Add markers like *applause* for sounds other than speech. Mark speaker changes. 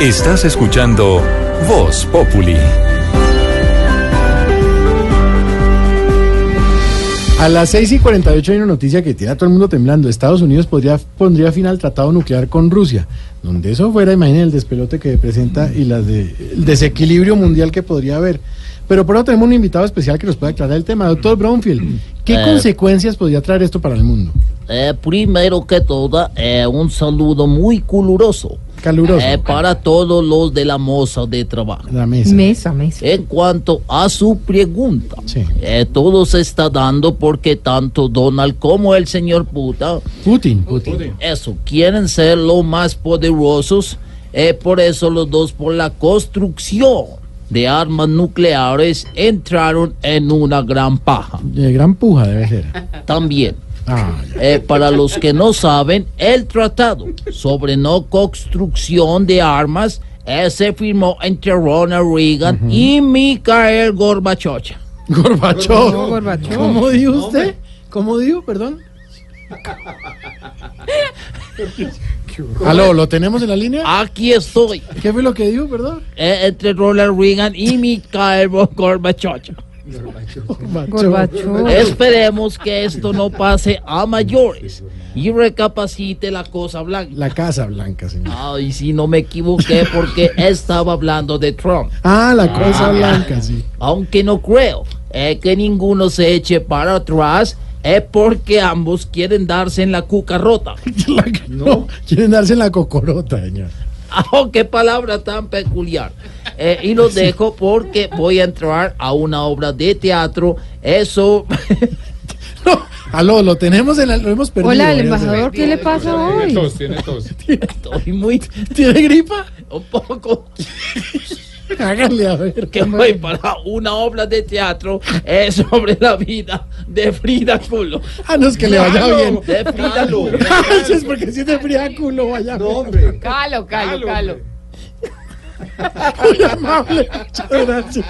Speaker 1: Estás escuchando Voz Populi.
Speaker 2: A las 6 y 48 hay una noticia que tiene a todo el mundo temblando. Estados Unidos podría, pondría fin al tratado nuclear con Rusia. Donde eso fuera, imaginen el despelote que presenta y la de- el desequilibrio mundial que podría haber. Pero por ahora tenemos un invitado especial que nos puede aclarar el tema. Doctor Brownfield, ¿qué
Speaker 3: Eh.
Speaker 2: consecuencias podría traer esto para el mundo?
Speaker 3: Eh, primero que todo, eh, un saludo muy caluroso
Speaker 2: Caluroso.
Speaker 3: eh, para todos los de la moza de trabajo.
Speaker 2: La mesa.
Speaker 4: Mesa, mesa.
Speaker 3: En cuanto a su pregunta,
Speaker 2: Sí.
Speaker 3: eh, todo se está dando porque tanto Donald como el señor puta,
Speaker 2: Putin. Putin.
Speaker 3: eso, quieren ser los más poderosos, eh, por eso los dos por la construcción de armas nucleares entraron en una gran paja.
Speaker 2: Eh, gran puja debe ser.
Speaker 3: También.
Speaker 2: Ah, ya.
Speaker 3: Eh, para los que no saben, el tratado sobre no construcción de armas eh, se firmó entre Ronald Reagan y Mikhail Gorbachev.
Speaker 2: Gorbachov.
Speaker 4: No, Gorbachov.
Speaker 2: ¿Cómo dijo usted? ¿Cómo dijo? Perdón. Aló, ¿lo tenemos en la línea?
Speaker 3: Aquí estoy,
Speaker 2: ¿Qué fue lo que dijo, perdón?
Speaker 3: eh, entre Ronald Reagan y Mikhail Gorbachev.
Speaker 4: Gorbachov.
Speaker 3: Esperemos que esto no pase a mayores y recapacite la cosa blanca.
Speaker 2: La Casa Blanca, señor.
Speaker 3: Ay, si no me equivoqué porque estaba hablando de Trump.
Speaker 2: Ah, la Casa Blanca, sí.
Speaker 3: aunque no creo eh, que ninguno se eche para atrás, es porque ambos quieren darse en la cucarrota. *laughs*
Speaker 2: La que- no, quieren darse la cocorota, señor.
Speaker 3: Ah, ¡Qué palabra tan peculiar! Eh, y lo dejo porque voy a entrar a una obra de teatro. Eso, *laughs*
Speaker 2: No, aló, lo tenemos en la... Lo hemos perdido.
Speaker 4: Hola, el
Speaker 2: ya se-
Speaker 4: embajador, ¿qué le pasa
Speaker 5: Tiene
Speaker 4: hoy?
Speaker 5: tos, tiene tos.
Speaker 3: estoy muy,
Speaker 2: ¿Tiene gripa?
Speaker 3: un poco,
Speaker 2: Hágale, a ver.
Speaker 3: que voy para una obra de teatro eh, sobre la vida de Frida Kahlo.
Speaker 2: Ah, no, es que le vaya *laughs* bien. Ah,
Speaker 3: De Frida Kahlo.
Speaker 2: es porque si te fría culo, vaya bien.
Speaker 4: Calo, calo, calo.
Speaker 2: Muy amable, muchas gracias.